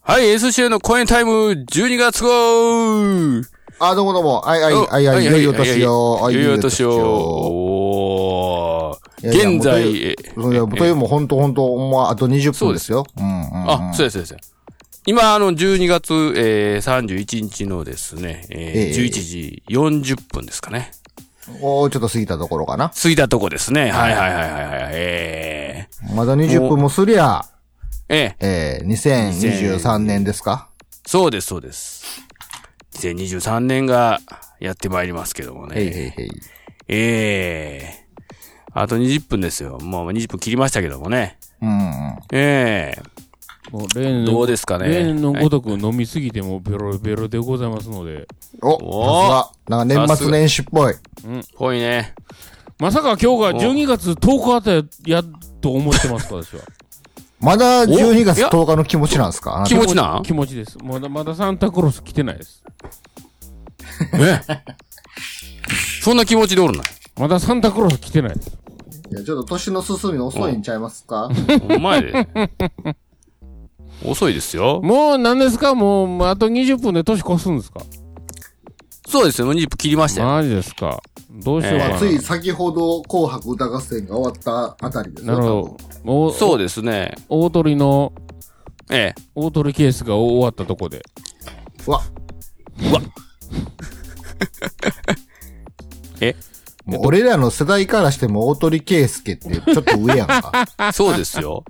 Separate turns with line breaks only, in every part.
はい、SCA の公演タイム、12月号
あ、どうもどうも。はい、はい、
お
はい、はい、良いお年を。はい
よいお年
良い
を。
お
おー
いやいや
現在、
年を。いや、というも本当本当もうあと20分ですよ。うんうんうん。
あ、そうです、そうです。今、あの、12月、えー、31日のですね、えー
ええ
11時40分ですかね。
おーちょっと過ぎたところかな。
過ぎたとこですね。はいはいはいはいはい。え
まだ20分もすりゃ、
ー、えー、
えー、2023年ですか
そうです、そうです。2023年がやってまいりますけどもね。
へいへいへい。
ええあと20分ですよ。もう20分切りましたけどもね。
うんうん。
ええ
もう例年
どうですかね
例年のごとく飲みすぎてもうベロベロでございますので。
お、さすが。なんか年末年始っぽい。
ぽいね。
まさか今日が12月10日あたりやと思ってま すか、私は。
まだ12月
おいや
10日の気持ちなんですかあな
気
た
持ちなん
気持ちです。まだ、まだサンタクロース来てないです。
えそんな気持ちでおるな。
まだサンタクロース来てないです。
いやちょっと年の進み遅いんちゃいますか
お前で。遅いですよ。
もう何ですかもう、もうあと20分で年越すんですか
そうですよ。もう20分切りましたよ。
マジですかどうしようか
え
な。
つい先ほど紅白歌合戦が終わったあたりです
なるほど。お
そうですね。
大鳥の、
ええ。
大鳥ケースが終わったとこで。
う わ。
うわ。え
もう俺らの世代からしても大鳥圭介ってちょっと上やん か。
そうですよ。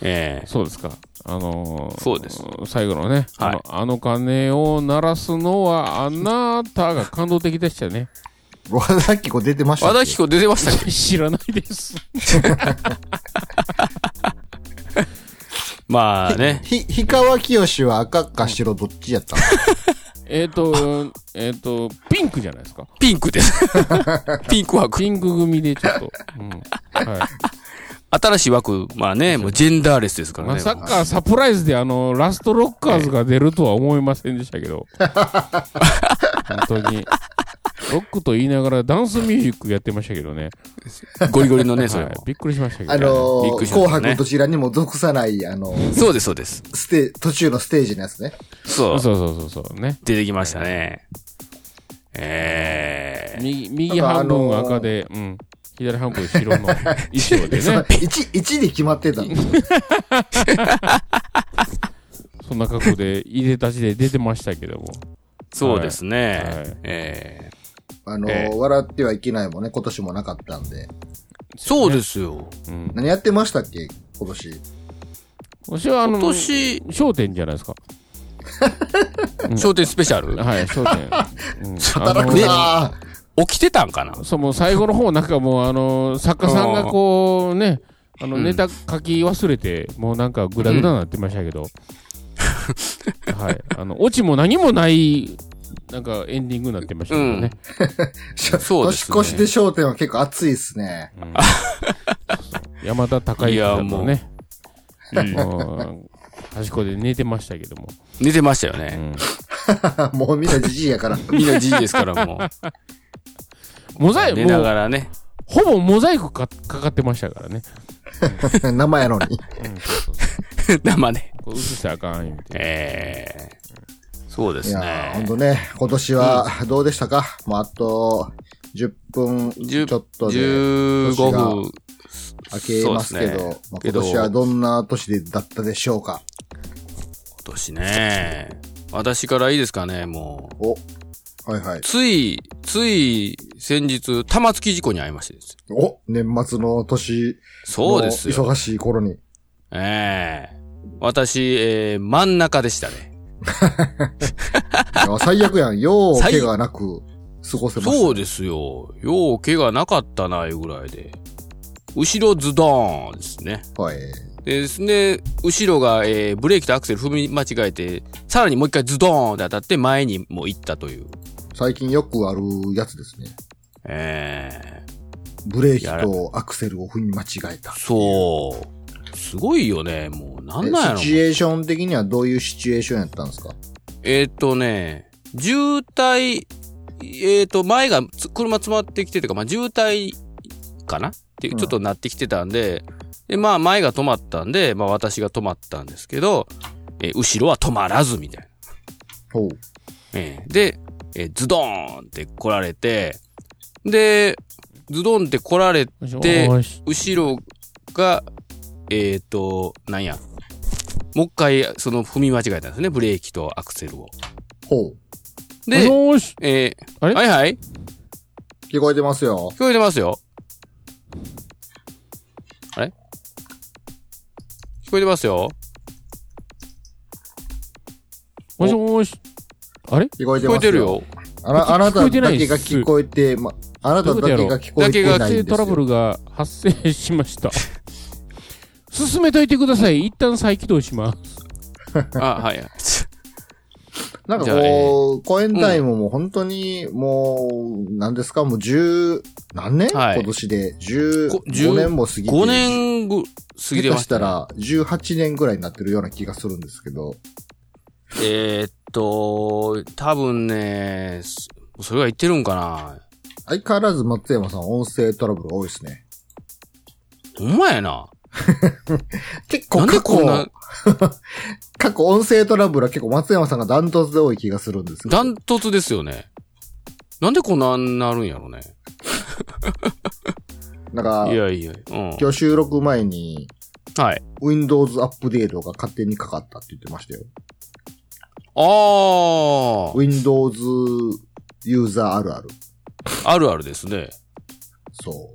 ええ。
そうですか。あのー、
そうです。
最後のね、
はい
あの、あの鐘を鳴らすのはあなたが感動的でしたよね。
和田貴子出てましたっ
和
け
田彦出てましたっけ
知らないです。
まあね。
ひ、ひかわきよしは赤か白どっちやったの
えっと、えっと、ピンクじゃな いですか。
ピンクです。ピンク枠。
ピンク組でちょっと。うん は
新しい枠。まあね、もうジェンダーレスですか
い、
らね。
まさかサプライズであの、ラストロッカーズが出るとは思いませんでしたけど。本当に。ロックと言いながらダンスミュージックやってましたけどね。
ゴリゴリのね、そ
は
れも
い、びっくりしましたけ ど、
あの
びっ
ー
くりしましたね
紅白どちらにも属さない、あのー
そうです、そうです。
ステ、途中のステージのや つね。
そ
そ
う。
うそうそうそうそうね。
出てきましたね。 え
右右半分
なんかあのー
赤で、うん。左半分白の衣装でね。
1、一 で決まってたの。
そんな格好で、いでたちで出てましたけども。
ー、そうですね。
はい
えー
あのー
ええ
笑ってはいけないもね、今年もなかったんで。
そうですよ。
うん。
何やってましたっけ今年。
私はあの、
今年、
商店じゃないですか。
商店スペシャル
はい、商店。うん、
働くなぁ。
起きてたんかな
あのそう、もう最後の方、なんかもう、あの、作家さんがこう、ね、あの、
うん
ネタ書き忘れて、もうなんかグダグダになってましたけど。はい。あの、オチも何もない、なんかエンディングになってましたけどね。
そうで
年
す
越しで
ね。
商店は結構熱いっすね。
山田孝之さんのね、
うん
もう、端っこで寝てましたけども。
寝てましたよ
う
ね。
ん
もうみんなじじいやから。
みんな G ですから、もう。
モザイク、
寝
も
なが
う、
らね。
ほぼモザイクかかかってましたからね。
生やのに。
うん、そうそうそう
生ね。
これ映したらあかん、みたい
えー、そうで
い
す
やー、ほん
ね。
とね、今年はどうでしたか、もうあと、10分ち
10
ょっとで
15分。
明けますけど、
そうですね
まあ今年はどんな年でだったでしょうか
今年ね。私からいいですかね、もう。
お、はいはい。
つい、つい先日、玉突き事故に遭いましてですよ。
お、年末の年
そ
の
うですよ。
忙しい頃に。
ええ私、えー真ん中でしたね。
いや最悪 やん。よう、
最
怪我なく過ごせました。
そうですよ。よう、怪我なかったな、いうぐらいで。後ろズドーンですね。
はい。
でですね、後ろが、えーブレーキとアクセル踏み間違えて、さらにもう一回ズドーンで当たって前にもう行ったという。
最近よくあるやつですね。
ええ
ブレーキとアクセルを踏み間違えた。
そう。すごいよね、もう。なんなんや
え
ろ
シ。チュエーション的にはどういうシチュエーションやったんですか
えーっ、とね、渋滞、えーっ、と、前がつ車詰まってきてというか、まあ、渋滞かなって、ちょっとなってきてたんで、で、まあ前が止まったんで、まあ私が止まったんですけど、えー後ろは止まらずみたいな。
ほう。
えーで、えーズドーンって来られて、で、ズドンって来られて、
よし
で
よし
後ろが、えっ、と、なんや。もう一回、その、踏み間違えたんですね。ブレーキとアクセルを。
ほう。
で、
よし
えー
あれ
はいはい。
聞こえてますよ。
聞こえてますよ。あれ聞こえてますよ。
もしもし。あれ
聞こえて
聞こ
ま
え
す
てる。よ。
あな、あな
聞こ
た
えてな
だ
い
け
っす
が聞こえて、ま、あなただけが聞こえて
だ
ないんです
性
よ。
トラブルが発生しました。進めといてください。一旦再起動しま す。
あ、はい。
なん
じ
か
ゃあえ
こう、コエンタイムも本当に、もう、何ですか、もう十、何年、
はい
今年で。
こ10
15年も過ぎて。
5年ぐ、過ぎて
下
ま
手し
したたね。
ら、18年ぐらいになってるような気がするんですけど。
えーっと、多分ね、そそれは言ってるんかな。
相変わらず松山さん、音声トラブルが多いですね。
ほんまやな。
結
な
構
んで
過
こん
去
な、、
過去音声トラブルは結構松山さんがダントツで多い気がするんですけど。
ダントツですよね。なんでこんなんなるんやろね。
なんか
い、やいや、うん。
今日収録前に、
はい。
Windows アップデートが勝手にかかったって言ってましたよ。
あー、
Windows ユーザーあるある。
あるあるですね。
そ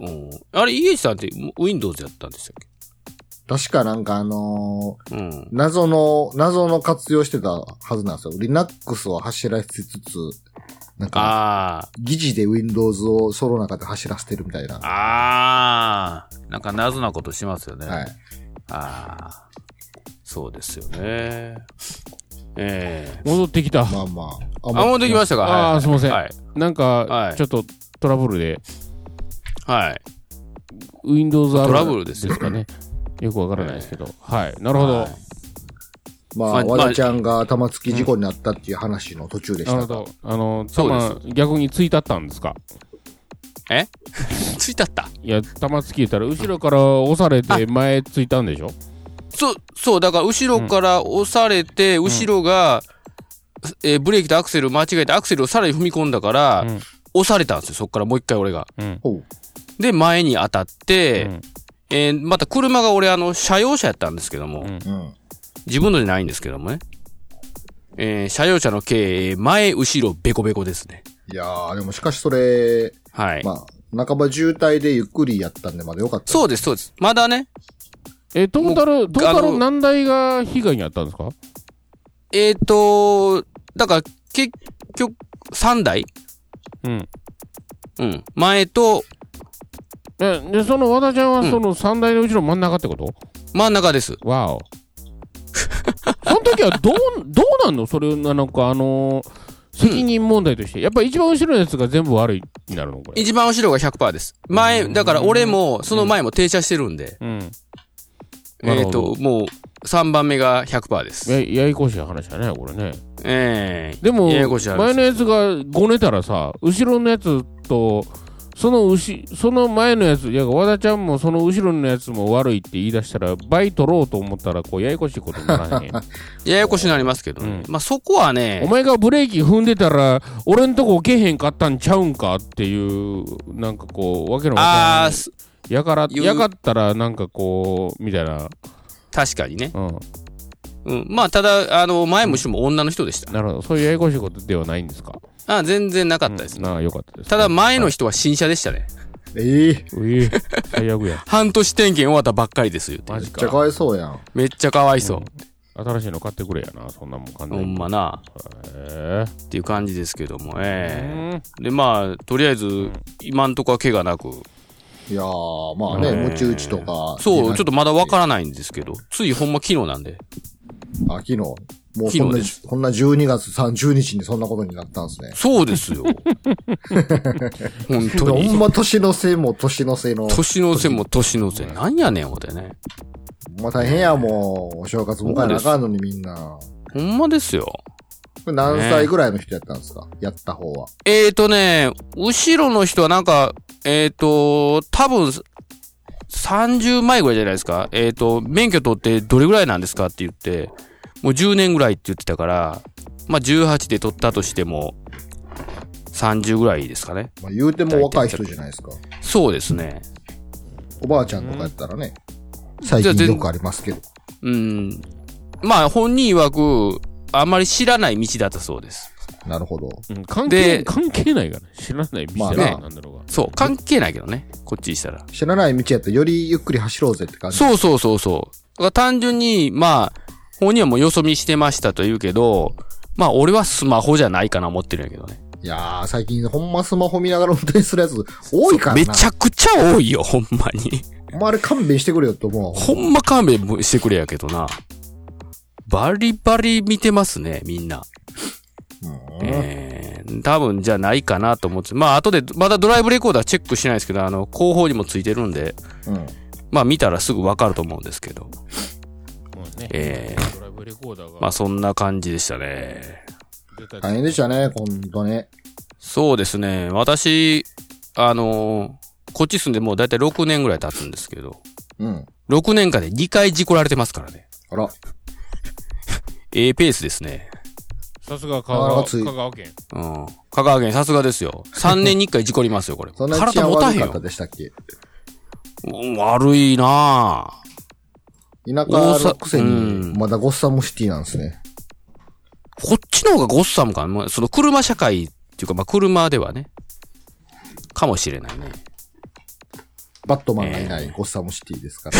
う。
うん。あれ、家さんって Windows やったんでしたっ
確かなんかあのー
けうん。
謎の、謎の活用してたはずなんですよ。Linux を走らせつつ、なんか、
あ
疑似で Windows をソロの中で走らせてるみたいな。
ー、あー、なんか謎なことしますよね。
はい。
あー、そうですよね。ええ
戻ってきた。
まあまあ。
あ、戻ってきま
し
したか
あ
は
あ、すいま
い。
せん。
はい。
なん
は
か
い、
ちょっとトラブルで、
はい。
Windows
ト
ト
ラブルですよ
かね。よくわからないですけど。はい。なるほど
はい。
まあ、
まあ
和田ちゃんが玉突き事故になったっていう話の途中でし
なる
た
ほ
が。
ど。あの、た
そうです
ま、逆についたったんですか
えついたった。
いや、玉突き言ったら、後ろから押されて、前ついたんでしょ
そう、そう、だから後ろから押されて、後ろが、えーブレーキとアクセル間違えて、アクセルをさらに踏み込んだから、
うん
押されたんですよ、そっからもう一回俺が。
うん。
ほう。
で、前に当たって、
うん
えーまた車が俺、あの、車用車やったんですけども、
うん
うん。
自分のじゃないんですけどもね。えー車用車の経営、前、後ろ、ベコベコですね。
いやー、でもしかしそれ、
はい。
まあ、半ば渋滞でゆっくりやったんでまだよかった。
そうです、そうです。まだね、
え、トータル、トータ
あの
ル何台が被害にあったんですか
えっ、と、だから、結局、3台
うん。
うん。前と、
え、で、その和田ちゃんは、
うん
その3台の後ろ真ん中ってこと
真ん中です。
わ お。その時はどう、どうなんのそれ、なのか、あのー責任問題として。やっぱ一番後ろのやつが全部悪いになるのこれ。
一番後ろが100%です。前、だから俺も、その前も停車してるんで、
うん。
え
なる
っ、
ほど
と、もう、3番目が100%です。
や、ややこしい話だね、これね。
ええ
でも、
ややこしい話
前のやつがごねたらさ、後ろのやつと、その後、その前のやつ、いや、和田ちゃんもその後ろのやつも悪いって言い出したら、倍取ろうと思ったら、こう、ややこしいことにならへん。
ややこしになりますけどね。まあ、そこはね
お、前がブレーキ踏んでたら、俺んとこけへんかったんちゃうんかっていう、なんかこう、わけのわから
あ
ん
ー、。す
やから、
言う
やかったら、なんかこう、みたいな。
確かにね。
うん。
うん。まあ、ただ、あの、前も後ろも女の人でした。
なるほど。そういうややこしいことではないんですか
あ全然なかったです。
うんなあ、よかったです。
ただ、前の人は新車でしたね。
ええー。
ええ、最悪や。
半年点検終わったばっかりですよ。
マジ
めっちゃか
か。
わいそうやん。
めっちゃかわいそう。
新しいの買ってくれやな、そんなもん完
ほ
全
ん
に。
まな。
へ
っていう感じですけども。え
え。
えで、まあ、とりあえず、今んとこは怪我なく。
いやー、まあね、
うん
ムチ打ちとか。
そう、ちょっ
と。
とまだわからないんですけど、ついほんま昨日なんで。
あ、昨日。もう
昨
そ
日
んな
で、
こんな12月30日にそんなことになったんですね。
そうです よ。本当
ほん
に。
ま年のせいも年のせいの。ほ
年の瀬も年の瀬。なんやねん、ほんでね。
んま大変やもう。お正月迎えなあかんのにみんな。
ほんまですよ。
れ何歳ぐらいの人やったんですかやった方は。
えーとね、後ろの人はなんか、えーと、多分、30前ぐらいじゃないですか。えーと、免許取ってどれぐらいなんですかって言って、もう10年ぐらいって言ってたから、まあ18で取ったとしても、30ぐらいですかね。
まあ、言うても若い人じゃないですか。
そうですね。
おばあちゃんとかやったらね、最近よくありますけど。
うん。まあ本人曰く、あんまり知らない道だったそうです。
なるほど。
うん関
で
係、関係ないからね。知らない道だ
まあ
ら
ね
なんだろうが。
そう、関係ないけどね。こっちにしたら。
知らない道やったらよりゆっくり走ろうぜって感じ。
そうそうそうそう。だから単純に、まあ、本人はもうよそ見してましたと言うけど、まあ俺はスマホじゃないかな思ってるんやけどね。
いやー、最近ほんまスマホ見ながら運転するやつ多いからな。
めちゃくちゃ多いよ、ほんまに。
お前あれ勘弁してくれよと思う。
ほんま勘弁してくれやけどな。バリバリ見てますね、みんな。
うん
えー、多分じゃないかなと思って。まあ後で、まだドライブレコーダーチェックしてないですけど、あの、後方にもついてるんで、
うん。
まあ見たらすぐわかると思うんですけど。
もうね
え
ドライブレコーダー
まあ
が
そんな感じでしたね。
出たり
大変でしたね、ほんとね。
そうですね。私、あのーこっち住んでもうだいたい6年ぐらい経つんですけど、
うん。
6年間で2回事故られてますからね。
あら、
ええペースですね。
さすが香川
あ暑い
香川県。
うん。香川県さすがですよ。3年に1回事故りますよ、これ。
そんなに治
体
安
持た
悪
へん
かった
よ。
でしたっけ
うん悪いなぁ。
田舎のくせ
うん
に、まだゴッサムシティなんですね。
こっちの方がゴッサムかなまあ。その車社会っていうか、まあ、車ではね。かもしれないね。
バットマンがいないゴッサムシティですから。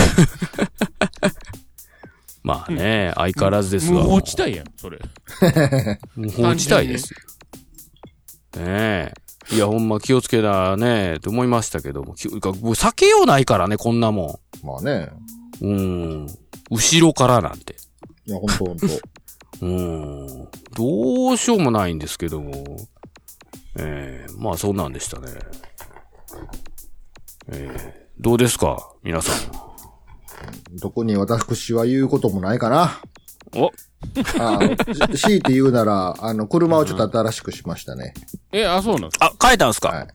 まあね、相変わらずです
無
わ。
法地帯やん、それ。
無法地帯ですよ。ねえ。いや、ほんま気をつけなねえ、と思いましたけども。きかもう避けようないからね、こんなも
まあね。
ん。うん。後ろからなんて。
いや、ほんとほんと。
うん。どうしようもないんですけども。ええまあそんなんでしたね。ええどうですか皆さん。
どこに私は言うこともないかな。
お
あのし強いて言うなら、あの、車をちょっと新しくしましたね。
え、あ、そうなんですか
あ、変えたんすか、
はい。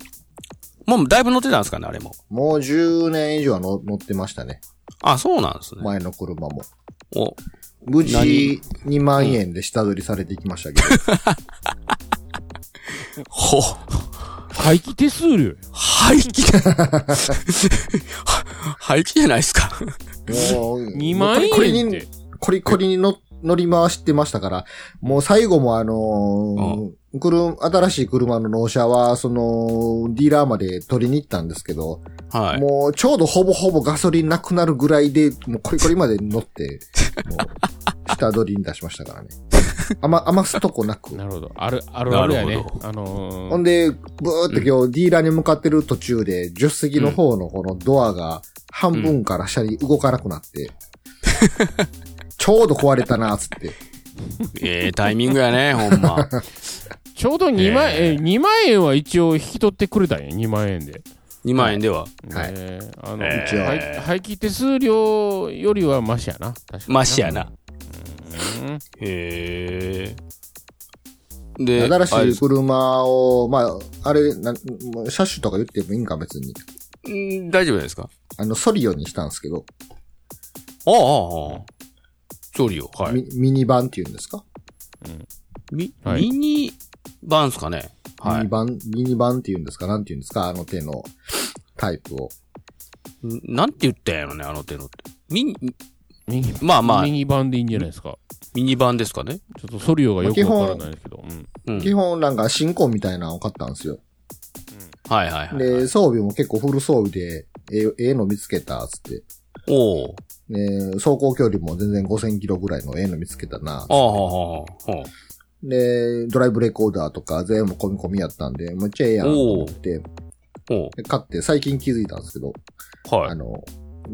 もうだいぶ乗ってたんですかねあれも。
もう10年以上はの乗ってましたね。
あ、そうなんですね。
前の車も。
お、
無事2万円で下取りされていきましたけど。
ほ、
廃棄手数料や
廃棄は廃棄じゃないですか。
もう、
2万
もうコリコ
円っ
リに
て。、
コリコリに乗乗り回してましたから、もう最後もあのー、車、新しい車の納車は、その、ディーラーまで取りに行ったんですけど、
はい。
もうちょうどほぼほぼガソリンなくなるぐらいで、もうコリコリまで乗って、もう、下取りに出しましたからね。余、余すとこなく。
なるほど。ある、あるあるや
なる
ね
ほ。
あの
ほん
ー、
で、ブーって今日ディーラーに向かってる途中で、助手席の方のこのドアが半分から車に動かなくな って、ちょうど壊れたな、つって。
ええタイミングやね、ほんま。
ちょうど2万
えー
円、2万円は一応引き取ってくれたんや、2万円で。
2万円では。
はい
ねあの、
え
ー
廃廃棄手数料よりはマシやな。確かにな
マシや。な。
うん
へえ。で、
新
あれで
しい
す
車を、まあ、あれ、なもう車種とか言ってもいいんか、別に。
ん大丈夫ですか
あの、ソリオにしたんですけど、
ああ、ああ、ああ。ソリオ、はい。
ミミニバンって言うんですか、
み、
はい
ミニバンすかねは
ミ
い
ニ。バン、ミニバンって言うんですかなんて言うんですかあの手のタイプを。
なんて言ったんやろね、あの手のって。ミニ、
ミニ
まあまあ
ミ、ニバンでいいんじゃないですか。
ミニバンですかね
ちょっとソリオがよくわからないですけど。うん
うん。
基本なんか新婚みたいなのを買ったんですよ。
はいはいはいはい。
で、装備も結構フル装備で、ええええの見つけた、つって。
おお。
で、走行距離も全然5000キロぐらいのええの見つけた
あ。あ、は
な
あ、はあ。
で、ドライブレコーダーとか全部込み込みやったんで、めっちゃええやんと思って、
お
で買って最近気づいたんですけど、
お。は
あ
い。
の、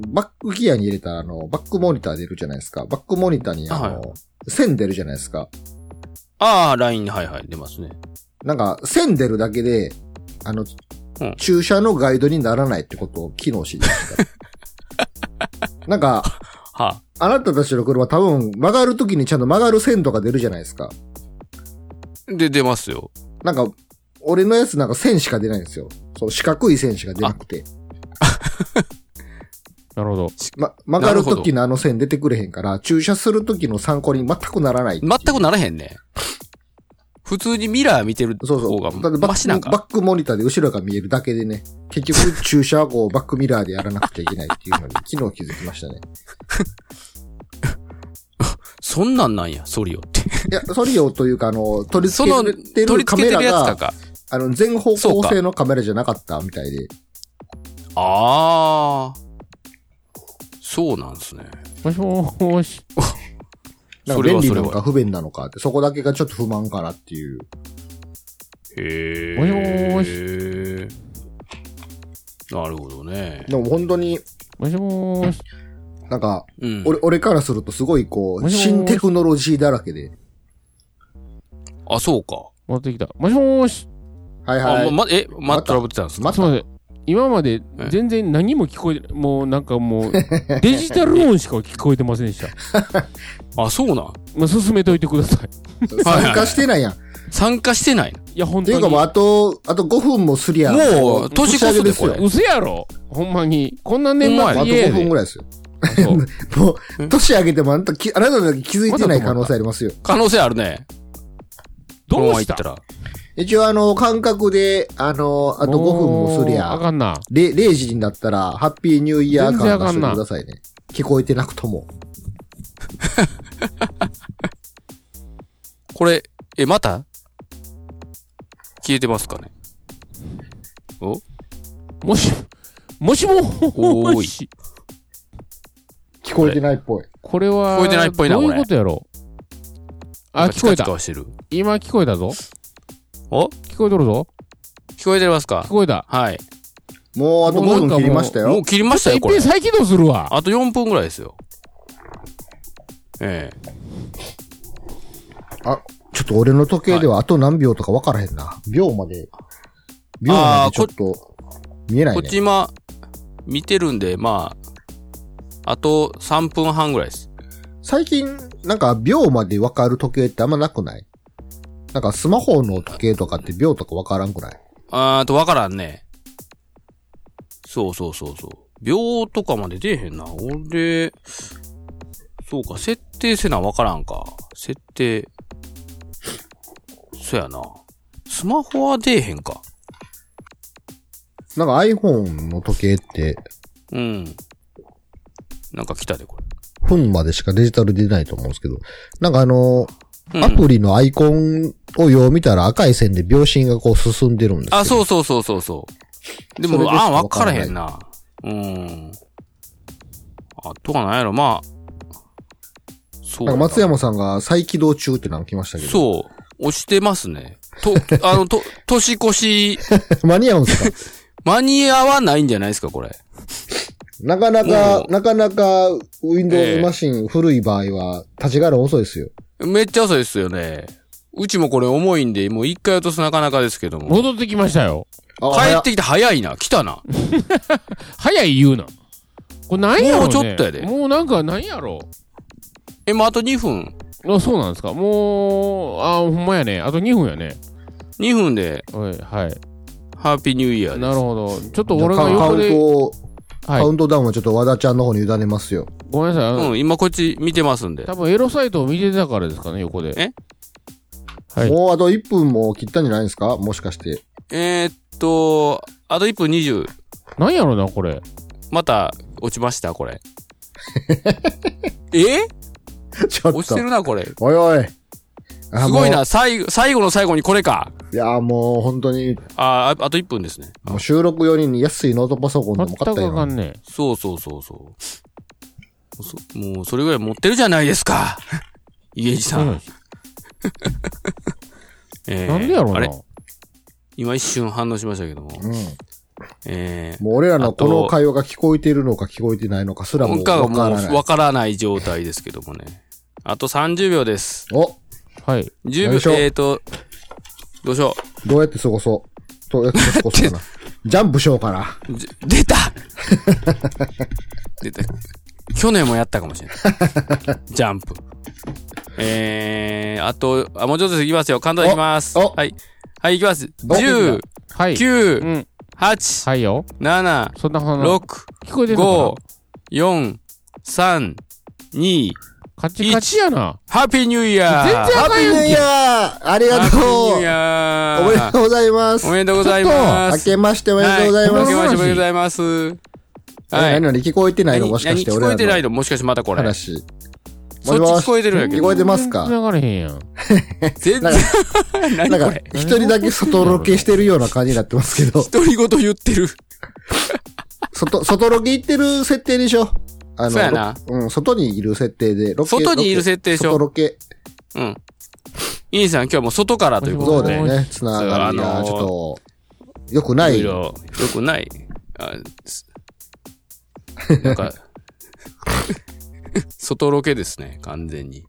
バックギアに入れたらあの、バックモニター出るじゃないですか。バックモニターにあの、
は
線出るじゃないですか。
ああ、ライン、はいはい、出ますね。
なんか、線出るだけで、あの、
うん
駐車のガイドにならないってことを機能しました。 なんか、
は
あなたたちの車多分曲がるときにちゃんと曲がる線とか出るじゃないですか。
で、出ますよ。
なんか、俺のやつなんか線しか出ないんですよ。そう、四角い線しか出なくて。
なるほど。
ま、曲が
なる
る
ほど
時のあの線出てくれへんから、駐車する時の参考に全くならない。
全くならへんね。普通にミラー見てる
そう
方
そう。
が
だってバ
マシなん
ック、
か。
バックモニターで後ろが見えるだけでね、結局駐車はこうバックミラーでやらなくちゃいけないっていうのに、昨日気づきました ね。
そんなんなんや、ソリオって。
いや、ソリオというか、あの、取り
そ
付
の、
けて
取
る
り
カ
付け
メ
て
ラ
るやつだ
が、
か。
あの、全方
そう
向
か
性のカメラじゃなかったみたいで。
あー。そうなんですね。
もしもーし。
なん
そ
か
れ
便
は
利
それ
なの
は。
か不便なのかって、そこだけがちょっと不満かなっていう。
へ
もしも
ー。なるほどね。
でも本当に、
もしもーし。
なんか、
うん。
俺、俺からするとすごいこう、
もしもし
新テクノロジーだらけで。
あ、そうか。
戻ってきた。もしもーし。
はいは
あ、ま
い。
ま、え、ま
また
トラブってたんですか
ま
すみません。今まで全然何も聞こえて、もうなんかもう、 デジタル音しか聞こえてませんでした。
あ、そうなん。
まあ、進めといてください。
参加してないやん。っ
参加してない。
いや、本
てい
当
うか
に
もう。あと、あと5分もすりゃ。
もう、年越すで、
年
こ
上げ
れ。
嘘やろほんまに。こんな年
あと
末家
5分
で
ぐ。らいですよ。
そう
もう、年上げてもあんたき、あなただけ気づいてない可能性ありますよ。
可能性あるね。
どうした
このまま行っ
一応あの、感覚で、あの、あと5分もすり
うあ
ゃ、
かんな。
れ0時になったら、ハッピーニューイヤー
全然あ
感出
かん
して
な
くださいね。聞こえてなくとも。
これ、え、また消えてますかねお
もし、もしも
おー
ー
い
し。
聞こえてないっぽい。
これは、
聞こえてないっぽいな
どうい
こ
う
れ
ことやろあ、聞こえ
チカ
た
チ。カしてる。
今聞こえたぞ。
お
聞こえとるぞ。
聞こえてますか
聞こえた。
はい。
もうあと
もうな
5
んか
分切りました
も
よ
う。切りました
い
よ、
っ
こ
ぺ
れ
ん。再起動するわ。
あと4分ぐらいですよ。ええ。
あ、ちょっと俺の時計ではあと何秒とか分からへんな。秒まで。秒
あ
ま
ー
でちょっと、見えない
こっ
ね
ち。今、見てるんで、まあ、あと3分半ぐらいです。
最近、なんか秒まで分かる時計ってあんまなくないなんかスマホの時計とかって秒とか分からんくない
あーと、わからんね。そうそうそうそう。秒とかまで出えへんな。俺、そうか、設定せなわからんか。設定。そやな。スマホは出えへんか。
なんか iPhone の時計って、
うん。なんか来たで、こ
分までしかデジタル出ないと思うんですけど、なんかあ
れ。う
の、
ん
アプリのアイコンをよう見たら赤い線で秒針がこう進んでるんですよ。
あ、そうそうそうそうそう。で
それ
も、
でしか
あ、わからへんな。うん。あとはなんやろ、まあ。そう
な
や
ん
な。
か松山さんが再起動中ってなんか来ましたけど。
そう。押してますね。と、あの、と、 年越し、
間に合うんですか
間に合わないんじゃないですか、これ。
なかなか
も、う
なかなか Windows
ええ
マシン古い場合は立ちがら遅いですよ。
めっちゃ遅いですよね。うちもこれ重いんで、もう一回落とすなかなかですけども。
戻ってきましたよ。
あ
帰
早
ってきて早いな。来たな。
早い言うな。これなんやろ、ね、
もうちょっとやで
もうなんかなんやろ。
え、もうあと2分。
あ、そうなんですか。もう、あ、ほんまやね。あと2分やね。
2分で、
はい。はい、
ハッピーニューイヤー
な
です。
るほど。ちょっと
じゃあ
俺が
カカウ
横
ン
で、
ト、
は
カウ
い。
ントダウンはちょっと和田ちゃんの方に委ねますよ。
ごめんなさいあの。
うん、今こっち見てますんで。
多分エロサイトを見てたからですかね、横で。
え
はい。
もうあと1分も切ったんじゃないですかもしかして。
えー、っと、あと1分20。
なんやろな、これ。
また、落ちました、これ。え
ちょ
落
っ
ち
と
て。るな、これ。す
おいおい。す
ごいな。最後、最後の最後にこれか。
いやーもう本当に、
あー、ああと1分ですね。
もう収録用に安いノートパソコンで
全
も
く
買った
わ
よ
か
な。
んねえ。
そうそうそうそう。そもう、それぐらい持ってるじゃないですか。 家路さん。
うん
えー
なんでやろ
あ
な
れ。今一瞬反応しましたけども。
うん。
えー、
もう俺ら
あ
の
と
この会話が聞こえてるのか聞こえてないのかすらも
音
うわ
感
か
がも
ら
う
ない
わ。からない状態ですけどもね。あと30秒です。
お、
はい。
10
よいしょ
秒、えーと、どうしよ
どうやって過ごそう。どうやって過ごそうかな。ジャンプしようかな。
う。じ出た出た。 去年もやったかもしれない。ジャンプ。えはい。あと、あ、もうちょっとでいきますよ。簡単にいきます。
おお
はい。はい、いきます。
お
10、
はい。う
9、
ん。
8、
はいよ。
7、
そんな話。
6、
聞こえて
5
るの、
4、3、2、
かなカチカチやな。
ハッピーニューイヤー
全然
ハッピーニューイヤーありが
ハッピ
と
ーニューイ
う
ヤ
おめで
ー
とうございます
お。めでとうございま
明
す。
けましておめでとうございます。
はい明けましておめでとうございます。は
何
い。
々聞こえてないのもしかして
何
俺
聞こえて
ら
ない
の
のもしかしてまたこれ。
話。
そっち聞こえてるんやけ
聞
ど。
こえてますか
繋がれへんやん。
全然
なん、
何
なん
こ
か
れ。、
一人だけ外ロケしてるような感じになってますけ ど、
独り言言ってる。
外、外ロケ行ってる設定でしょあの
そうやな
ロうん、外にいる設定で、ロケ。
外にいる設定でしょ
外ロケ。
うん。インさん、今日はもう外からということ
そう
で。
だよね。つながり
あ
が、
のー
ちょっと、良くないい。
ろいろ良くない。あすなん か、外ロケですね、完全に。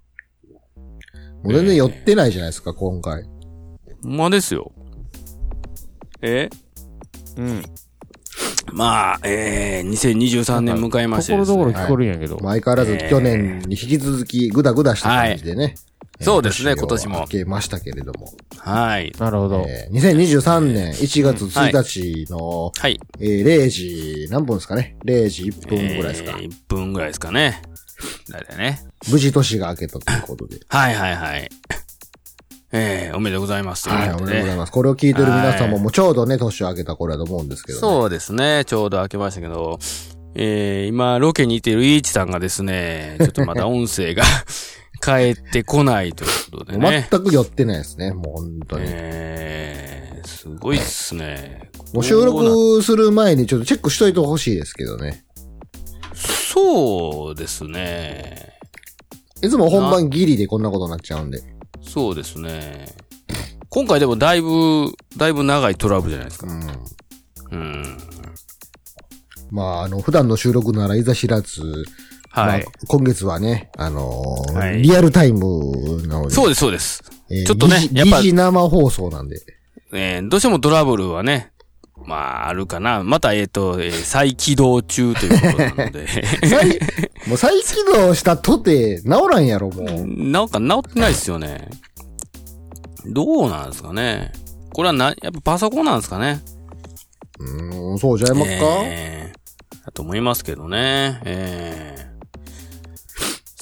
もう全然寄ってないじゃないですか、今回。
ほんまですよ。え
うん。
まあ、えー、2023年迎えま
と
して
こ
で
ろ
す
どころ
ね。
聞こえるんやけど。
相変わらず去年に引き続きグダグダした感じでね。えー
そうですね今年も
明けましたけれども。
はい。
なるほど。
えー2023年1月1日の、
はい。
えー0時、何分ですかね ?0 時1分ぐらいですか。
えー1分ぐらいですかね。だいたいね。
無事年が明けたということで。
はいはいはい。えー、おめでとうございます。
はい、お
とうこ
め
と
でとうござい
ね。
ます。これを聞いてる皆さんももうちょうどね、年を明けた頃だと思うんですけど、ね。
そうですね。ちょうど明けましたけど、えー、今、ロケにいているイーチさんがですね、ちょっとまだ音声 が返ってこないということでね。
全く寄ってないですね、もう本当に。
えー、すごいっすね。
もう収
こ
録する前にちょっとチェックしといてほしいですけどね。
うなそうですね。
いつも本番ギリでこんなことになっちゃうんで。
そうですね。今回でもだいぶ、だいぶ長いトラブルじゃないですか。
うん。
うん。
まあ、あの、普段の収録ならいざ知らず、
はい。
まあ、今月はね、あのー
はい
リアルタイムなので、
そうです、そうです。
えー
ちょっとね
疑似
やっぱ
疑似生放送なんで。
えーどうしてもトラブルはね、まあ、あるかな。また、えっ、と、えー再起動中ということなので、
再もう再起動したとて、治らんやろ、もう。
なんか治ってないですよね。どうなんですかね。これはな、やっぱパソコンなんですかね。
うーん、そうじゃいますか、
えーだと思いますけどね。えー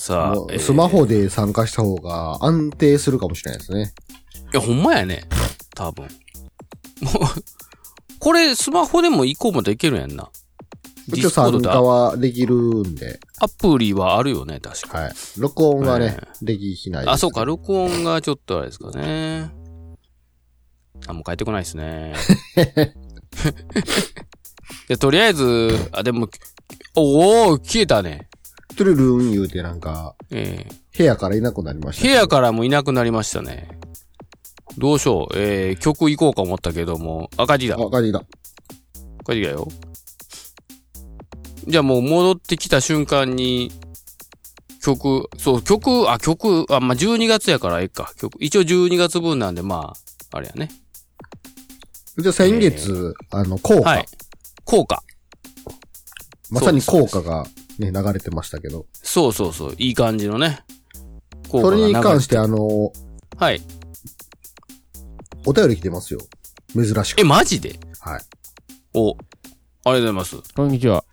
さ
も
あ、
うスマ
え
ホで参加した方が安定するかもしれないですね。
ーいや、ほんまやね。多分。 もう、これ、スマホでも行こうもできるやんな。
一応参加はできるんで、
アプリはあるよね、確か。
はい。録音はね
え、
できないです。
あ、そうか、録音がちょっとあれですかね。あ、もう帰ってこないです ね。でとりあえず、あ、でも、おお消えたね。
トゥルルン言うてなんか、
ええ
部屋からいなくなりました
部
けど。
屋からもいなくなりましたね。どうしよう。えー、曲行こうか思ったけども、赤字だ。
あ、ガリだ。
赤字だよ。じゃあもう戻ってきた瞬間に、曲、そう、曲、あ、曲、あ、まあ、12月やからええか。曲、一応12月分なんで、まあ、あれやね。
じゃあ先月、あの、効果、
はい。効果。
まさに効果がね、流れてましたけど、
そうそうそう。いい感じのね。効。
それに関しててあの、お
はい。
便り来てますよ。珍しく
え、。マジで
はい。
お。ありがとうございます。
こんにちは。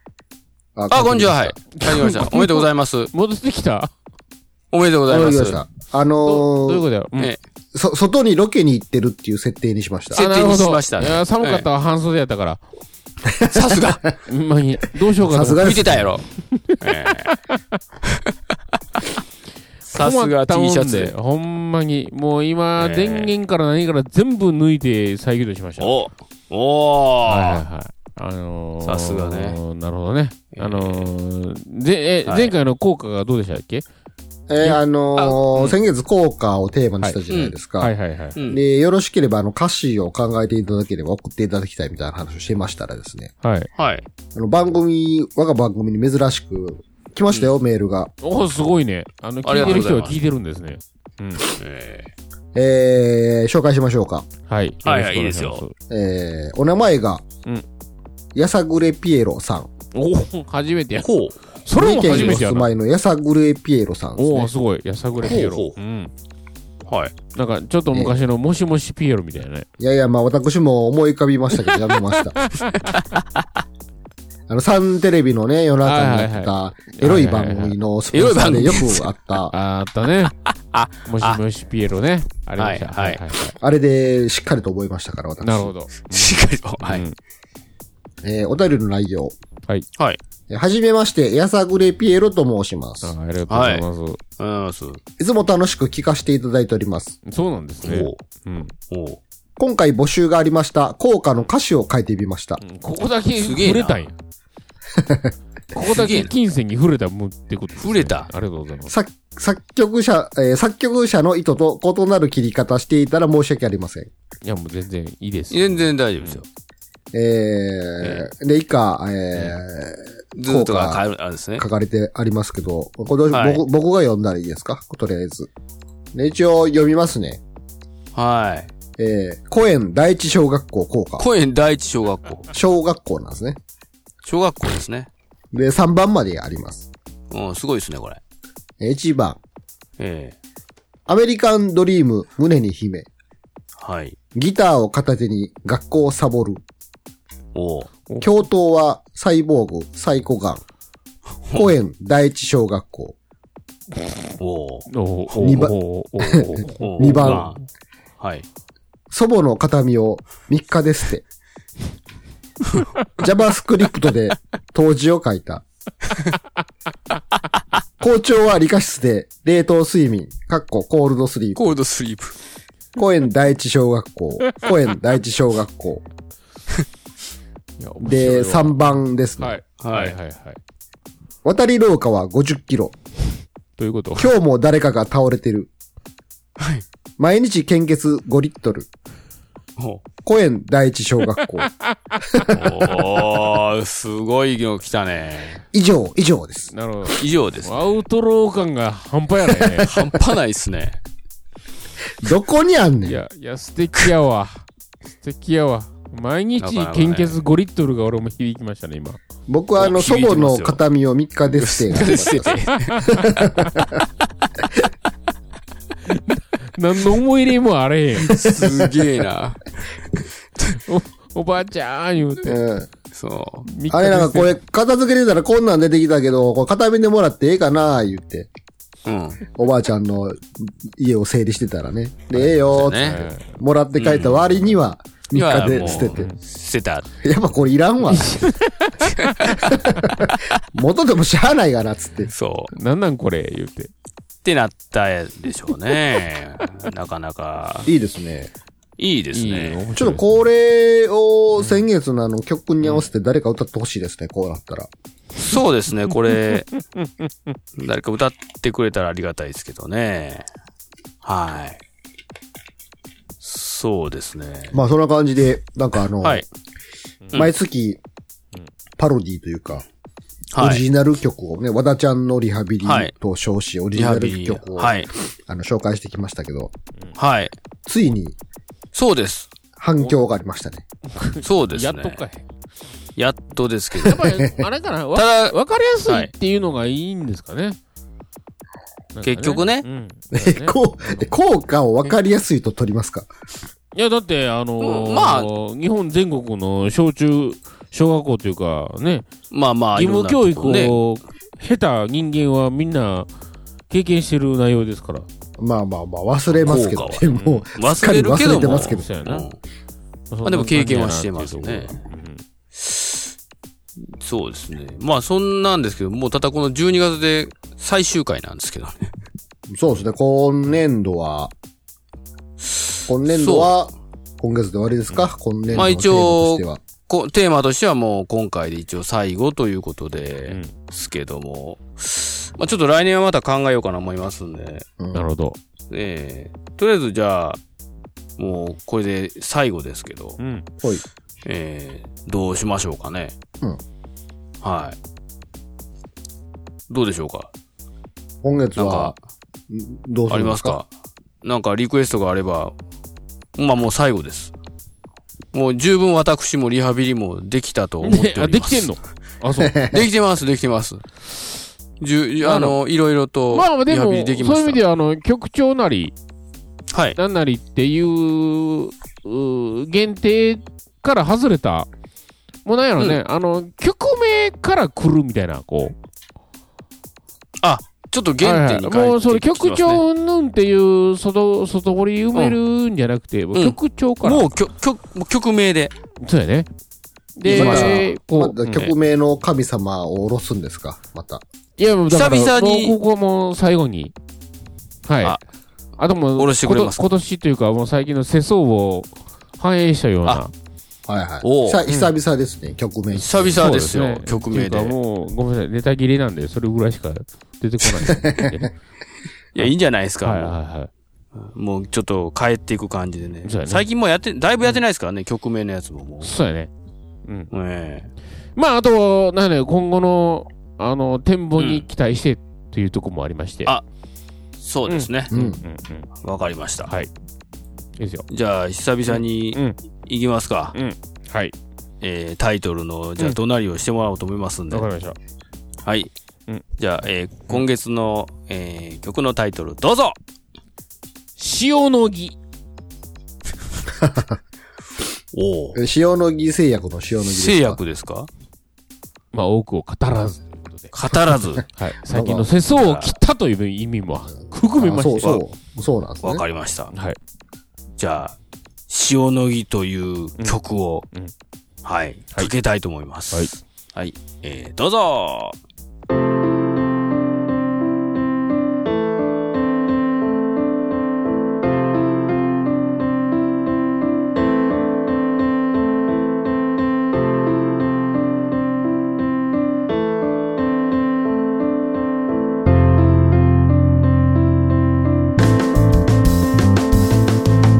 あ
あ、こんにちは。はいい。帰りました。おめでとうございます。
戻ってきた。
おめでとうござい
届
ま
きますし。た。あ
ど
の
どういうこ
ー
とだよ。うん
え
そ、外にロケに行ってるっていう設定にしました。
設定にしまし
あ
た
な
ね
るほどいや寒かったわ、半袖やったから。
さすが
ほんまに。どうしようかと
さす
思って。
がで
見
す
てたやろ。ええさすが T シャツ
困ったもんで。
で。
ほんまに。もう今、
ええ
電源から何から全部抜いて再起動しました。
おお
はいはい
ー
はい。あのー、
さすがね。
なるほどね。
ええ
あのー、で、え、
はい
前回の効果がどうでしたっけ
えーあのー
あうん
先月効果をテーマにしたじゃないですか。
はいはいはい。
うん
で、よろしければ、あの、歌詞を考えていただければ送っていただきたいみたいな話をしてましたらですね、
はい。
はい。
あの、番組、我が番組に珍しく、来ましたよ、メールが。
おお、すごいね。あの、
ありがと
聞いて
うご
る
ざい
人
ます
は聞いてるんですね。うん。
ええ
えー、紹介しましょうか。
はい。
はいはい
よろしくお願します。
えー、お名前が、
うん
やさぐれピエロさん。
おお、初めてや。
ほう。
それも
三重県にお
初めてや
住
な。
まいのやさぐれピエロさんです
おお、
ね。
すごい。やさぐれピエロ
ほうほ。
うん。
はい。
なんかちょっと昔のもしもしピエロみたいなね。
いやいや、まあ私も思い浮かびましたけど、やめました。 あの、サンテレビのね、夜中にやってた、エロい番組のスポンサーでよくあった、
あーあった ね。もしもしピエロね。ありました。
はいはい
あれでしっかりと覚えましたから、私。
なるほど。
しっかりと。は
う
い。
ん
えーお便りの内容。
はい。
えーはじめまして、やさぐれピエロと申します
あ。ーありがとうございます。
うん、そう。
いつも楽しく聞かせていただいております。
そうなんですね。うん。
おお
今回募集がありました、効果の歌詞を書いてみました。
ここだけ
すげえ
触
な
れたんや。ここだけ金銭に触れたもんってことですね
触れた
ありがとうございます。
作作曲者、えー作曲者の意図と異なる切り方していたら申し訳ありません。
いや、もう全然いいです。
全然大丈夫ですよ。
えーで、以下、え
ずーっとが変わる、あれですね
ー、書。かれてありますけど、これ、
はい
僕僕が読んだらいいですかとりあえず。で一応読みますね。
はい。
えー、公園第一小学校効果。
公園第一小学校。
小学校なんですね。
小学校ですね。
で、3番まであります。
うん、すごいですね、これ。
えー1番、
ええ
アメリカンドリーム胸に秘め、
はい。
ギターを片手に学校をサボる。
おお
教頭はサイボーグ、サイコガン。公園第一小学校。
お
おおお
二番
おおお
おお
二番
まあはい。
祖母の形見を3日で捨て。JavaScript で当時を書いた。校長は理科室で冷凍睡眠、かっこコールドスリープ。
コールドスリープ。
公園第一小学校。公園第一小学校。
いや面白い
で、
わ
3番ですね。
はい。はいはいはい。
渡り廊下は50キロ。
ということ
今日も誰かが倒れてる。
はい。
毎日献血5リットル。
おお
公園第一小学校。
おーすごいの来たね。
以上、以上です。
なるほど。
以上です。。
アウトロー感が半端やないね
半端ないっすね。
どこにあんね
い
ん。
や、いや、素敵やわ。素敵やわ。毎日
なかなかね
献血5リットルが俺も響きましたね、今。
僕はあの、祖
響いてます
母
よ
の形見を3日で 捨てがありました。
何の思い入れもあ れへん。
すげえな。
おばあちゃん言うて。
うん
そう。
三日
あれなんかこ
ですよ、
れ、片付けてたらこんなん出てきたけど、これ片見でもらってええかな言って。
うん。
おばあちゃんの家を整理してたらね。で、ええよーって、
ね。
もらって帰った割には、
いや
3日で捨て
も
て。
う捨てた。
やっぱこれいらん わ。元でもしゃあないかなっつって。
そう。
なんなんこれ言うて。
ってなったでしょうね。 なかなか。
いいですね。
いいです
いい
ね。
面
ちょ
白
っ
い
とこれを先月のあの曲に合わせて誰か歌ってほしいですね、こうなったら。
そうですね、これ。誰か歌ってくれたらありがたいですけどね。はい。そうですね。
まあそんな感じで、なんかあの、
はい。うん
毎月、パロディというか、オ
は
リ
い。
ジナル曲をね、和田ちゃんのリハビリと称し、オ
リ
リジナ
ハ
ル
ビリ。
曲を、
はい。
あの紹介してきましたけど、
はい。
ついに
そうです。
反響がありましたね。
そうですね。
やっとかい。
やっとですけど。
やっぱりあれか な、わ
ただ
わかりやすいっていうのがいいんですかね。なんか
結局ね
うん
え、 こう、え効果を分かりやすいと取りますか
いや、だって、あのー
うんまあ
日本全国の小中、小学校というか、ね、
まあまあ、
義務
いろん
教
なと
育
こね。
を下手人間はみんな経験してる内容ですから。
まあまあまあ、忘れますけど
効
ね、もう。
忘れるけど
すっかり忘れて
も
ま。すけど
そうや
う
な。
ん
そんな
まあでも経験はしてますね
うん
そうですね。まあそんなんですけど、もうただこの12月で最終回なんですけどね。
そうですね、今年度は、今年度は、今月で終わりですか今年度
まあ
のテ
一
ーマとし
応
ては。
こテーマとしてはもう今回で一応最後ということで
ん
すけども、まあちょっと来年はまた考えようかな思いますんで、
うん
なるほど。
ええとりあえずじゃあ、もうこれで最後ですけど
う、ん。
はい
ええどうしましょうかね。
うん
はい。どうでしょうか
今月
なんか
は、どうす
あ
る
り
んで
ますす
か
かなんかリクエストがあれば、まあもう最後です。もう十分私もリハビリもできたと思っております。
ねあ、できてんのあ、そう。
できてます、できてます。じゅ、あの、いろいろと、
まあで
リハ
も、
ビ
そうい
リで
う
き
意
ました。
味では、あの、局長なり、
はい。
なんなりっていううー限定から外れた、もうなんやろね、あの、曲名から来るみたいな、こう。
ちょっと原点に帰ってきてます、ね
はいはいもうそれ曲調うんぬんっていう外、外堀埋めるんじゃなくて、もう曲調から。
もう曲曲もう曲名で。
そうやね。
まあ
で、
ま
こう、
だ曲名の神様を下ろすんですかまた。
いや、もうだから
久々に
もうここもう最後に。はい。
あ
あともう、
下ろしてくれますか
こと今年というか、もう最近の世相を反映したような。
はいはい。
おう
さ久々ですね、曲名。
久々ですよ、
そうね
曲名
って
で
いうか。もう、ごめんなさい、ネタ切れなんで、それぐらいしか出てこないんで。
いや、いいんじゃないです か。
はいはいは
もうちょっと変えていく感じでね。
そうやね
最近もうやって、だいぶやってないですからね、曲名のやつもも
い。そうやね。うん。
う。ええ
まあ、あと、なんだよ、今後の、あの、展望に期待して、というとこもありまして。
あそうですね。
う
うんうんん。うん。
わ、かりました。
はい。いいですよ。
じゃあ、久々に
うん。
行きますか。
はい。
えータイトルの、じゃあ、
うん
隣をしてもらおうと思いますんで。
わかりました。
はい。
うん
じゃあ、えー今月の、えー曲のタイトル、どうぞ
塩の儀。
おお。
え塩野義製薬の塩野義ですか
製薬ですか
まあ、多くを語らず。
語 らず。
はい。最近の世相を切ったという意味も含め
あ
まし
そう
て。
そう。そうなんですね
わ。かりました。
はい。
じゃあ、塩の儀という曲を、
うんうん
はい、
はい
かけたいと思います。
は
は
い。
い。えー、どうぞ
「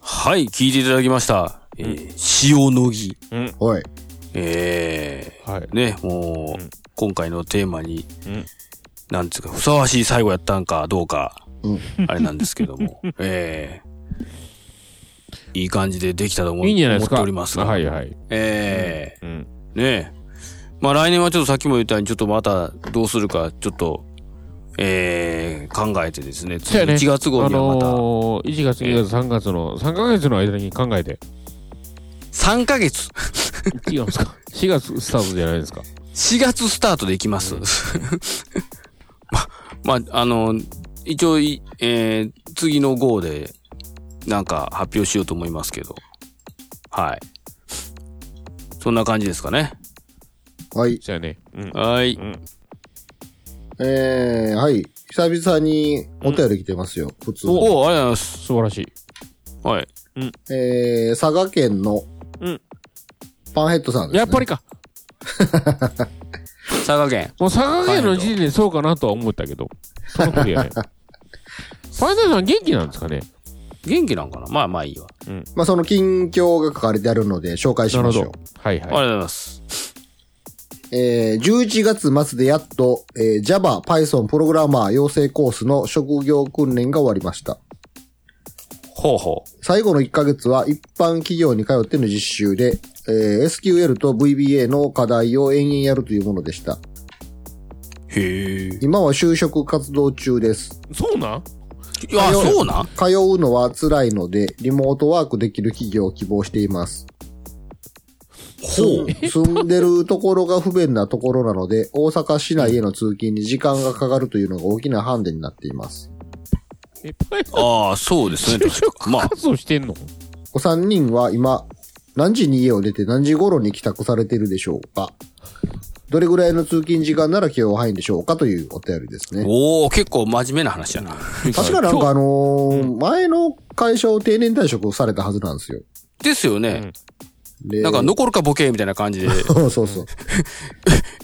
はい、聞いていただきました。えー、塩のぎ。
おい。
え
はい
ー、。ね、もう、
うん
今回のテーマに、
うん
なんつうか、ふさわしい最後やったんかどうか、
うん
あれなんですけど も、えー、いい感じでできたと思
いいんじゃないですか。
思っておりますが、
はいはい。
え
うん。
ー、ねまあ来年はちょっとさっきも言ったように、ちょっとまたどうするか、ちょっと、えー、考えてですね、
そうやね
1月号
あ
にはまた、
のー、1月、2月、3月の、3ヶ月の間に考えて。
3ヶ月、
違うんですか ?4 月スタートじゃないですか。
4月スタートでいきます。 ま、まあ、あの、一応い、えー次の号で、なんか発表しようと思いますけど。はい。そんな感じですかね。
はい。
じゃあね。うん。
はい。
えー、はい。久々にお便り来てますよ。普通に。
おお、ありがとうございます。
素晴らしい。
はい。
えー、佐賀県の
うん、
パンヘッドさんです、ね。
やっぱりか。
佐賀県。
もう佐賀県の時点でそうかなとは思ったけど。その通りやね。ファイターさん元気なんですかね
元気なんかなまあまあいいわ。
まあ、その近況が書かれてあるので紹介し
なる
まし
ほ
ょ
ど。はい
ありが
は
と
い。
うございます。
う。えー、11月末でやっと、えー、Java、Python、プログラマー養成コースの職業訓練が終わりました。
ほうほう。
最後の1ヶ月は一般企業に通っての実習で、えー SQL と VBA の課題を延々やるというものでした。
へえ。
今は就職活動中です。
そうなん
いや、そうなん
通うのは辛いので、リモートワークできる企業を希望しています。
ほう。
住んでるところが不便なところなので、大阪市内への通勤に時間がかかるというのが大きなハンデになっています。
え、ファイター
ああ、そうです ね。
就
確か
職
まあ、
活動してんの
お三人は今、何時に家を出て何時頃に帰宅されているでしょうかどれぐらいの通勤時間なら許容範囲でしょうかというお便りですね。
おお結構真面目な話やな。
確かなんかあのー前の会社を定年退職されたはずなんですよ。
ですよね。
で
なんか残るかボケみたいな感じで。
そうそうそう。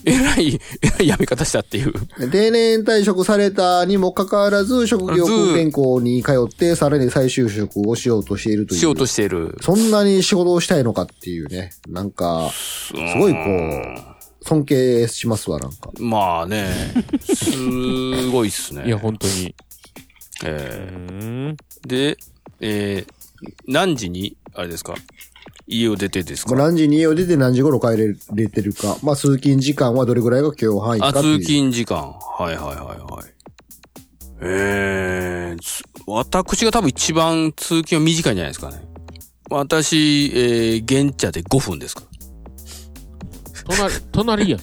えらい、えらいやめ方したっていう。
定年退職されたにもかかわらず、職業訓練校に通って、さらに再就職をしようとしているという。
しようとしている。
そんなに仕事をしたいのかっていうね。なんか、すごいこう、尊敬しますわ、なんか。
まあね、すごいっすね。
いや、本当に。
え
うん。
ーで、えー何時に、あれですか家を出てです
まあ
か
何時に家を出て何時頃帰れれてるか。まあ、通勤時間はどれぐらいが許容範囲か
あ、
って
通
いう。
勤時間。はいはいはいはい。えーつ私が多分一番通勤は短いんじゃないですかね。私、えー、現茶で5分ですか
隣、隣やん。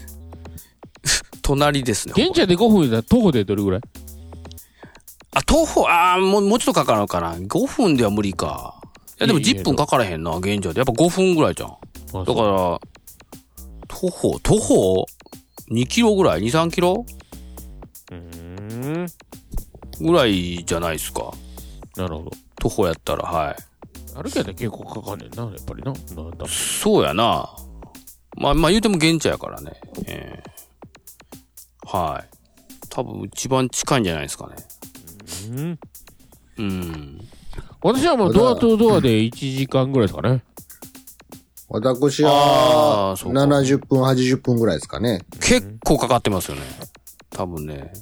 隣ですね。
現地で5分だ徒歩でどれぐらい
あ、徒歩、ああ、もう、もうちょっとかかるのかな。5分では無理か。いや、でも
いいえ
10分かからへんな、現状で。やっぱ5分ぐらいじゃん。
だ
だから、徒歩、徒歩 ?2 キロぐらい ?2、3キロ
うん。
ぐらいじゃないですか。
なるほど。
徒歩やったら、はい。
歩きやったら結構かかんねんな、やっぱりな。なんだ
そうやな。まあ、まあ言うても現地やからね。ええはい。多分一番近いんじゃないですかね。
うん。
うん。
私はもうドアとドアで1時間ぐらいですかね。
私
あー
は、
そうか
70分、80分ぐらいですかね。
結構かかってますよね。多分ね。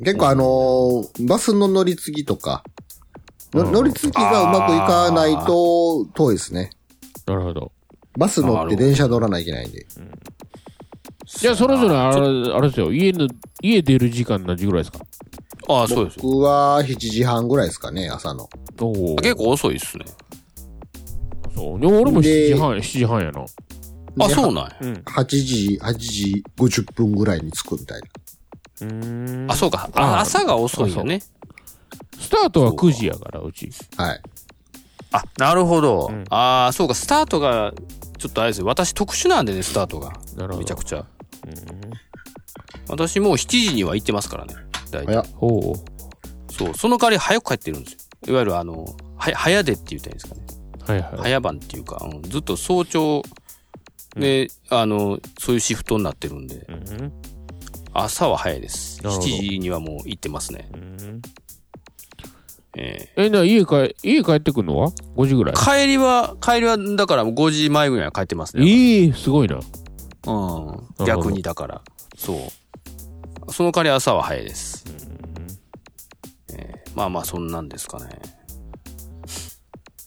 結構あのーバスの乗り継ぎとか、の乗り継ぎがうまくいかないと遠いですね。
なるほど。
バス乗って電車乗らないといけないんで。
じゃあ、それぞれあれ、あれですよ。家の、家出る時間何時ぐらいですか
ああ、そうですよ。
僕は7時半ぐらいですかね、朝の。
おお
あ。結構遅いっすね。
そう。でも俺も7
で
時半、7時半やな。
あ、
で
そうなんや。
うん。
8時、8時50分ぐらいに着くみたいな。
うん
あ、そうか。あ
あ
朝が遅いよね。
スタートは9時やから、うち。
はい。
あ、なるほど。
うん
ああ、そうか。スタートが、ちょっとあれですね。私特殊なんでね、スタートが。
なるほ
めちゃ
ど。
くちゃ。私もう7時には行ってますからね。大体
早っ。
おう
そう。その代わり早く帰ってるんですよ。いわゆるあの、は早出って言ったらいいんですかね。
はいはい。
早番っていうか、うんずっと早朝で、あの、そういうシフトになってるんで、
うん
朝は早いです。
なる
7
ほど
時にはもう行ってますね。
うん
え
え、な、家帰、家帰ってくるのは ?5 時ぐらい
ー。帰りは、帰りは、だからもう5時前ぐらいには帰ってますね。
ええすごいな。
う
ど
ん。逆にだから。そう。その代わり朝は早いです。えーまあまあ、そんなんですかね。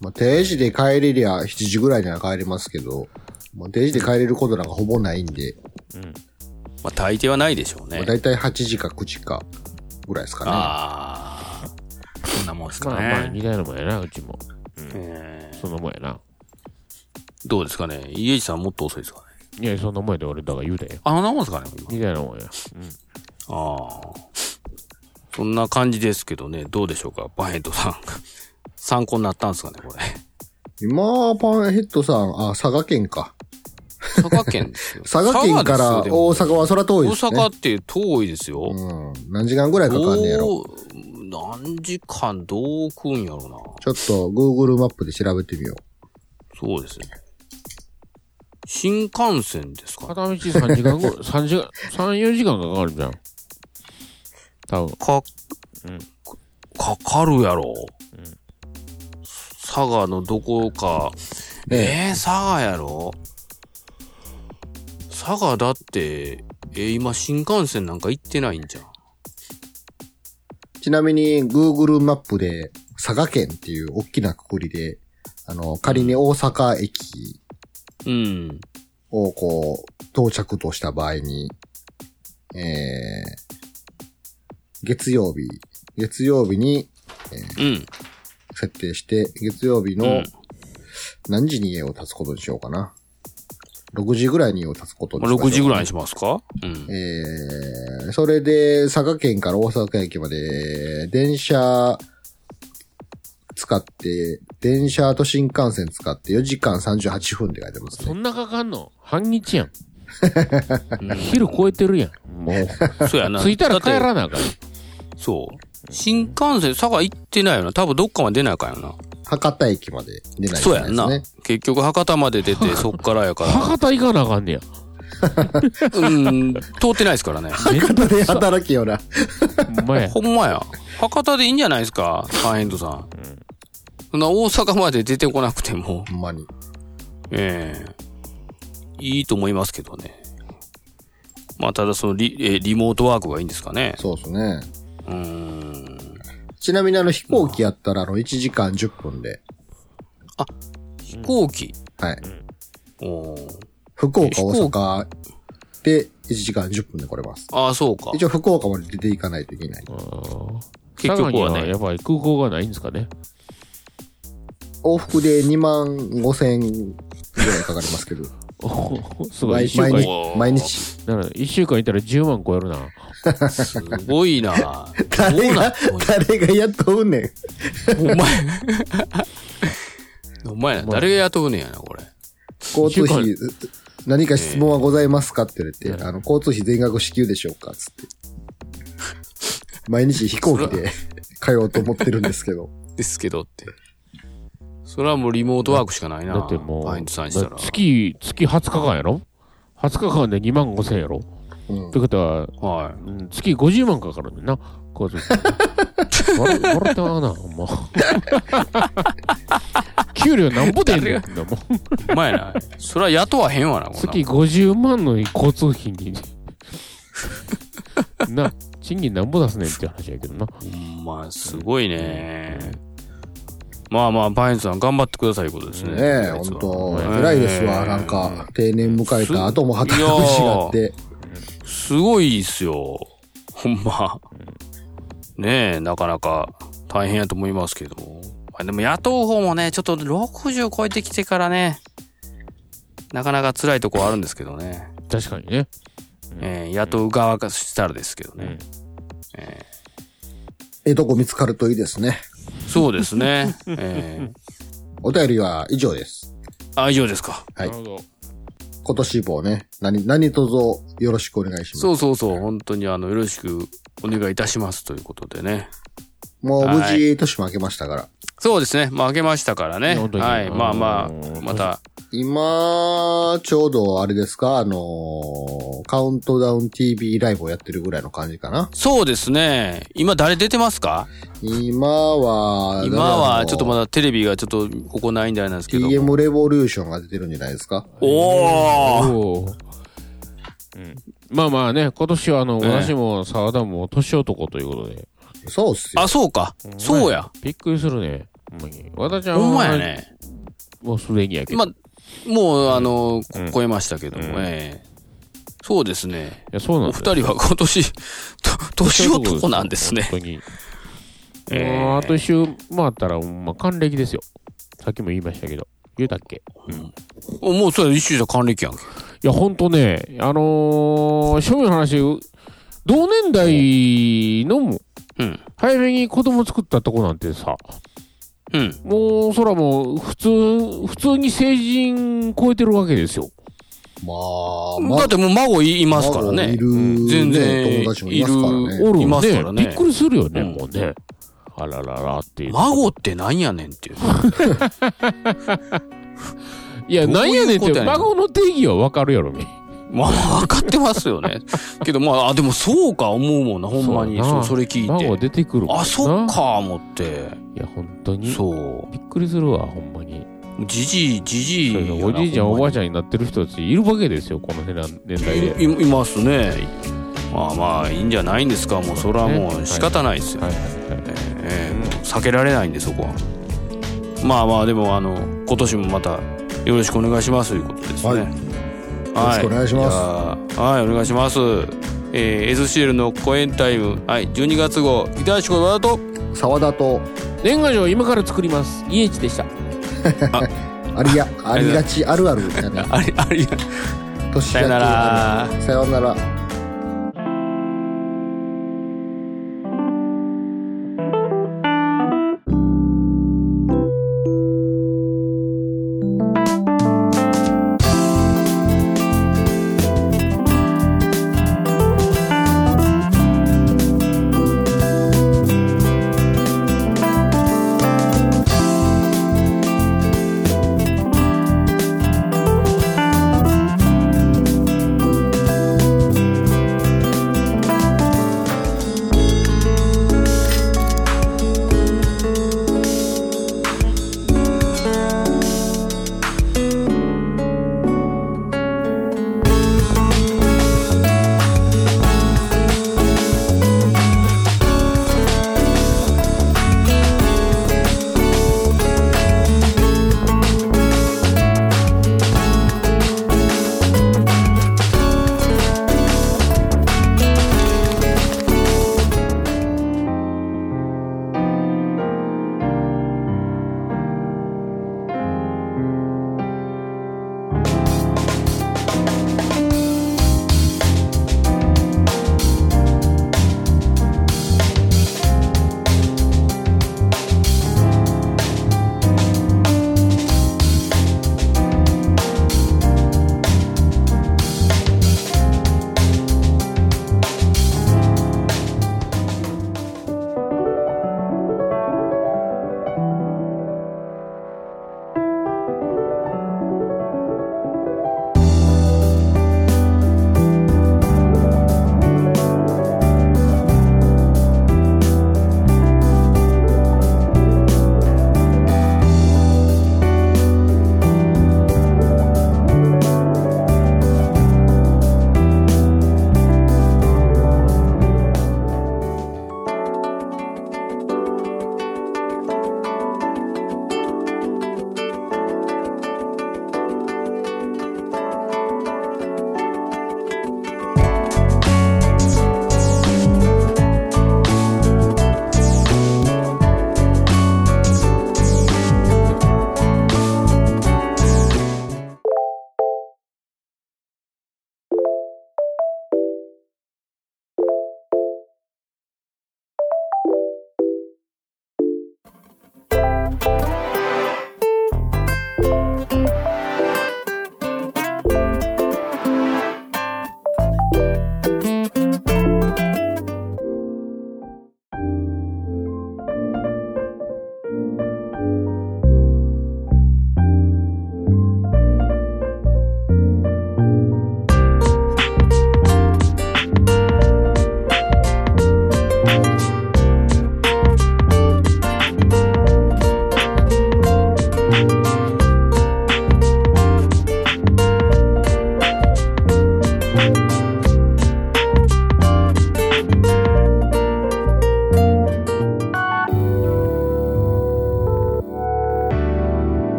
まあ、定時で帰れりゃ7時ぐらいには帰れますけど、まあ、定時で帰れることなんかほぼないんで、
まあ、大抵はないでしょうね
まあ、。大体8時か9時かぐらいですかね。
ああ。そんなもんですか
まあ
ね。
まあ、似たようなもんやな、うちも。
えー
そんなもんやな。
どうですかね家路さんもっと遅いですかね
いや、そんなもんやで俺、だから言うで。
あ、そんなもんですかね今
似たようなもんや。
ああ。そんな感じですけどね。どうでしょうかバヘッドさん。参考になったんですかねこれ。
今、パンヘッドさん、あ、佐賀県か。
佐賀県ですよ。
佐賀県か
佐
ら
賀ですよ
大
でも
阪はそら遠いですね。
大阪って遠いですよ。
うん。何時間ぐらいかかんねやろ。
どう何時間どう来んやろな。
ちょっと Google マップで調べてみよ
そうですね。新幹線ですか
片道3時間ぐらい、3時間、3、4時間かかるじゃん。多分。
か、
うん
かかるやろ。佐賀のどこか。
ね
えー、佐賀やろ佐賀だって、えー今新幹線なんか行ってないんじゃん。
う。ちなみに Google マップで佐賀県っていう大きなくくりで、あの、仮に大阪駅
うん。
をこう、到着とした場合に、えー、月曜日、月曜日に
うん。
設定して、月曜日
う
の
ん
何時に家を立つことにしようかな。6時ぐらいに家を立つことに
まあ
しましょう
6
か
時ぐらいにしますかうん。
えー、それで、佐賀県から大阪駅まで、電車使って、電車と新幹線使って4時間38分って書いてます
そ
ね。
んなかかんの半日やん。昼超えてるやん。もう。
そうやな。
着いたら帰
だっ
らなあかん。
てそう。新幹線、佐賀行ってないよな。多分どっかまで出ないからやな。
博多駅まで出ないと
そう
い
や
けない
ん
です
な
ね。。
結局博多まで出 て、そっからやか
博多行かなあかんねや。
ら。うん。通ってないです からね。
博多で働きよな。
ほんまや。
ほんまや。博多でいいんじゃないですかパンヘンドさん。そんな大阪まで出てこなくても。
ほんまに。
ええいいと思いますけどね。まあ、ただそのリ、えーリモートワークがいいんですかね。
そうですね。
うーん。
ちなみにあの飛行機やったらあの1時間10分で、
飛行機。
はい。
おー
福岡、大阪で1時間10分で来れます。
ああ、そう か。
一応福岡まで出ていかないといけない。
結局はね
佐賀にやっぱり空港がないんですか ね。
往復で2万5千ぐらいかかりますけど。
すごい、
毎
一週間
毎
い、
日、毎日。
なるほど一週間いたら10万超えるな。
すごいな。ど
誰
うな
が
っとん、や
誰が雇うねん。
お前。お前ら、誰が雇うねんやな、これ。
交通費
一、
何か質問はございますかって言われて、
うん
あの、交通費全額支給でしょうかつって。毎日飛行機で通おうと思ってるんですけど。
ですけどって。それはもうリモートワークしかないな。
だってもう、
パイントさんにしたら。
月、月20日間やろ ?20 日間で2万5千やろ
うん
ってことは、
は
うん月50万かかるねんな。こうすると笑 笑ってまうな、ほんま。 給料なんぼでんねん。もう
い。前な。それは雇わへん わな、こんなもん
月50万の交通費 に。な、賃金なんぼ出すねんって話やけどな。
ほんまあ、すごいね。まあまあ、パイントさん頑張ってくださいいうことですね。
ねえ、
こいつは
本当
ね
偉いですわ。
ねえ
なんか、定年迎えた後も働くしがあって。
すごいっすよ。ほんま。ねえ、なかなか大変やと思いますけど。まあでも雇う方もね、ちょっと60超えてきてからね、なかなか辛いとこあるんですけどね。
確かにね。
えー雇う側からしたらですけどね。
ええとこ見つかるといいですね。
そうです ね。えー
お便りは以上です。
あ、以上ですか。
はい
なるほど。
今年もね、何、何卒よろしくお願いします
そ。うそうそう、本当にあの、よろしくお願いいたしますということでね。
もう無
は
事年も明けましたから。
そうですね。まあ、明けましたからね。
いや本当に
はい。まあま
あの
あ、
ー
また。
今、ちょうどあれですか、あのーカウントダウン TV ライブをやってるぐらいの感じかな。
そうですね。今誰出てますか
今は、
今は、ちょっとま
だ。
だテレビがちょっと、ここないんであれなんですけど。
TM レボリューションが出てるんじゃないですか。
おー
おーうんまあまあね、今年はあの、
ええ
私も沢田も年男ということで。
そうっすよ。
あ、そうか。そうや。
びっくりするね。ほんまに。和田ちゃんは
ほんまやね。
もうすでにやけど。
まあ、もう、あの、こ
うん
超えましたけども、
うん
ええそうですね。
いや、そうな
お
ん
二
です
人は今年、と年男なんですね。
本当に。
ええ
もうあと一周回ったら、ほんま、還暦ですよ。さっきも言いましたけど。言うたっけ
おもうそれ一周じゃ還暦やんけ。
いや、ほんとね、あのー、正味の話、同年代のも、
うん。
早めに子供作ったとこなんてさ、
うん。
もう、そらもう、普通、普通に成人超えてるわけですよ。
まあ、ま
だってもう孫いますから
まあい
ね。
る、
ん
全然
ね友達もいますから
い
ね。
る
おる
い
ん
ます
ね
から
び
ね
っくりするよね、
うん
もうね。あらららっていう。
孫ってなんやねんっていう。
いや、
どう
なんや
い
ね
うんこ
っ
と
て、
やねん
孫の定義はわかるやろ、ね。
まあ、分かってますよ ね。けどまあ、あ、でもそうか思うもんな、ほんまに。
そうや
そ
な
うそれ聞
孫
いて。
出てくるもんな
あ、そっ。か、思って。
いや、本当に。
そ
びっくりするわ、ほんまに。
う。じじい、じじい
そ
や
れが
な。
おじいちゃん、
ほ
お
ま
ば
に
あちゃんになってる人たちいるわけですよ、この年代で。
いいますね。まあまあいいんじゃないんですかもうそれはもう仕方ないですよ、
はいはいはい。
ええもう避けられないんでそこはまあまあでもあの今年もまたよろしくお願いしますということですね
はいよろしくお願いします
すはいお願いしますえー、SCL の公演タイム、はい、12月号ギター仕事だと
沢田と、
年賀状今から作ります。イエチでした。
ありや、ありがち、あるあるだね。
ありあり
年明 け
さよなら
さよなら。